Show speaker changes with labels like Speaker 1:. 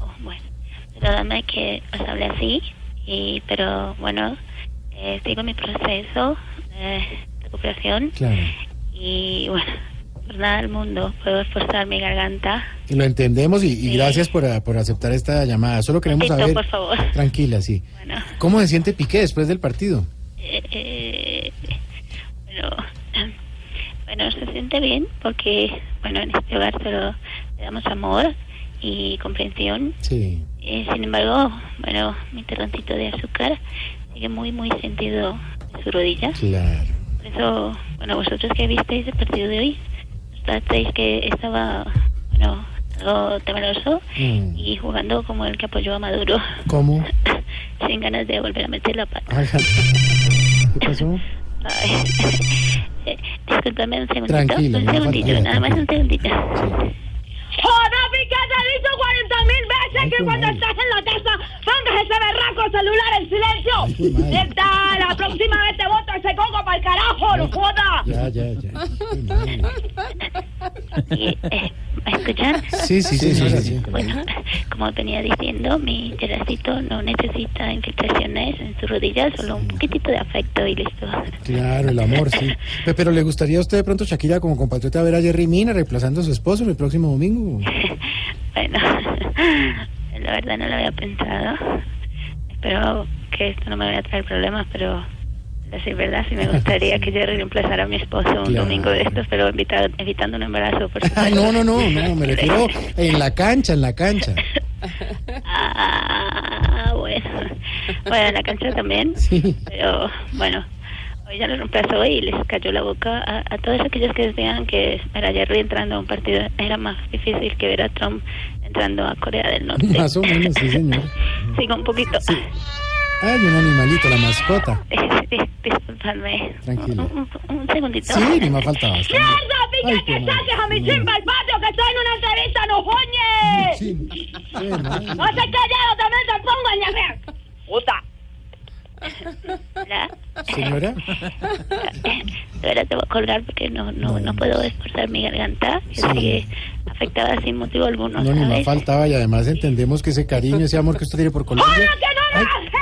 Speaker 1: Oh, bueno. Perdóname que os hable así, y, pero bueno, eh, sigo mi proceso de recuperación
Speaker 2: Claro.
Speaker 1: y bueno, por nada del mundo puedo esforzar mi garganta.
Speaker 2: Y Lo entendemos y, y gracias por, a- por aceptar esta llamada. Solo queremos
Speaker 1: Esto,
Speaker 2: saber.
Speaker 1: por favor.
Speaker 2: Tranquila, sí.
Speaker 1: Bueno,
Speaker 2: ¿Cómo se siente Piqué después del partido?
Speaker 1: eh, eh, bueno, bueno, se siente bien porque, bueno, en este hogar solo le damos amor y comprensión
Speaker 2: Sí.
Speaker 1: Eh, sin embargo, bueno, mi terroncito de azúcar sigue muy, muy sentido en su rodilla.
Speaker 2: Claro.
Speaker 1: Por eso, bueno, vosotros que visteis el partido de hoy, notasteis que estaba, bueno, algo temeroso
Speaker 2: Mm.
Speaker 1: y jugando como el que apoyó a Maduro,
Speaker 2: ¿Cómo?
Speaker 1: sin ganas de volver a meter la pata.
Speaker 2: Ajá. ¿Qué pasó?
Speaker 1: Ay. Eh, Disculpadme un segundito,
Speaker 2: Tranquila, no
Speaker 1: un
Speaker 2: pasa
Speaker 1: segundito,
Speaker 2: nada,
Speaker 1: nada más un segundito.
Speaker 3: Joder, Piqué, te he dicho 40 mil veces
Speaker 2: Ay,
Speaker 3: que
Speaker 2: qué
Speaker 3: cuando
Speaker 2: mal.
Speaker 3: estás en la casa, pongas ese berraco celular en silencio.
Speaker 2: Ay, qué mal.
Speaker 3: Neta, la próxima vez te boto ese coco para el carajo, no joda.
Speaker 2: Ya, ya, ya.
Speaker 1: Y, eh, ¿Me escuchan?
Speaker 2: Sí, sí, sí, sí. sí, sí.
Speaker 1: Bueno, como venía diciendo, mi terracito no necesita infiltraciones en sus rodillas, solo un poquitito de afecto y listo.
Speaker 2: Claro, el amor, sí. Pe- Pero ¿le gustaría a usted de pronto, Shakira, como compatriota, ver a Jerry Mina reemplazando a su esposo el próximo domingo?
Speaker 1: Bueno, la verdad no lo había pensado. Espero que esto no me vaya a traer problemas, pero a decir verdad, sí me gustaría que yo reemplazara a mi esposo un
Speaker 2: Claro.
Speaker 1: domingo de estos, pero evita- evitando un embarazo, por
Speaker 2: Ay,
Speaker 1: supuesto.
Speaker 2: Ah, no, no, no, no, me refiero en la cancha, en la cancha.
Speaker 1: Ah, bueno. Bueno, en la cancha también.
Speaker 2: Sí.
Speaker 1: Pero bueno, hoy ya lo reemplazó y les cayó la boca a, a todos aquellos que decían que para Jerry entrando a un partido era más difícil que ver a Trump entrando a Corea del Norte.
Speaker 2: Más o menos, sí, señor.
Speaker 1: Sigo un poquito.
Speaker 2: Ay, un animalito, la mascota.
Speaker 1: Disculpadme.
Speaker 2: Tranquila.
Speaker 1: Un, un- un segundito.
Speaker 2: Sí, ni más faltaba. está bien.
Speaker 3: ¡Mierda, Piqué,
Speaker 2: Ay, qué
Speaker 3: que
Speaker 2: mal.
Speaker 3: saques a mi
Speaker 2: No.
Speaker 3: chimba al patio, que estoy en una entrevista, no joñes!
Speaker 2: Sí,
Speaker 3: No
Speaker 2: bueno.
Speaker 3: se callado, también te pongo en la red. Puta.
Speaker 1: Hola.
Speaker 2: Señora,
Speaker 1: De verdad te voy a colgar porque no, no, no puedo esforzar mi garganta. que
Speaker 2: Sí.
Speaker 1: sigue afectada sin motivo alguno.
Speaker 2: no, ni más
Speaker 1: ¿sabes?
Speaker 2: faltaba y además entendemos que ese cariño, ese amor que usted tiene por Colombia.
Speaker 3: ¡Joda, que no
Speaker 2: Ay,
Speaker 3: lo hagas!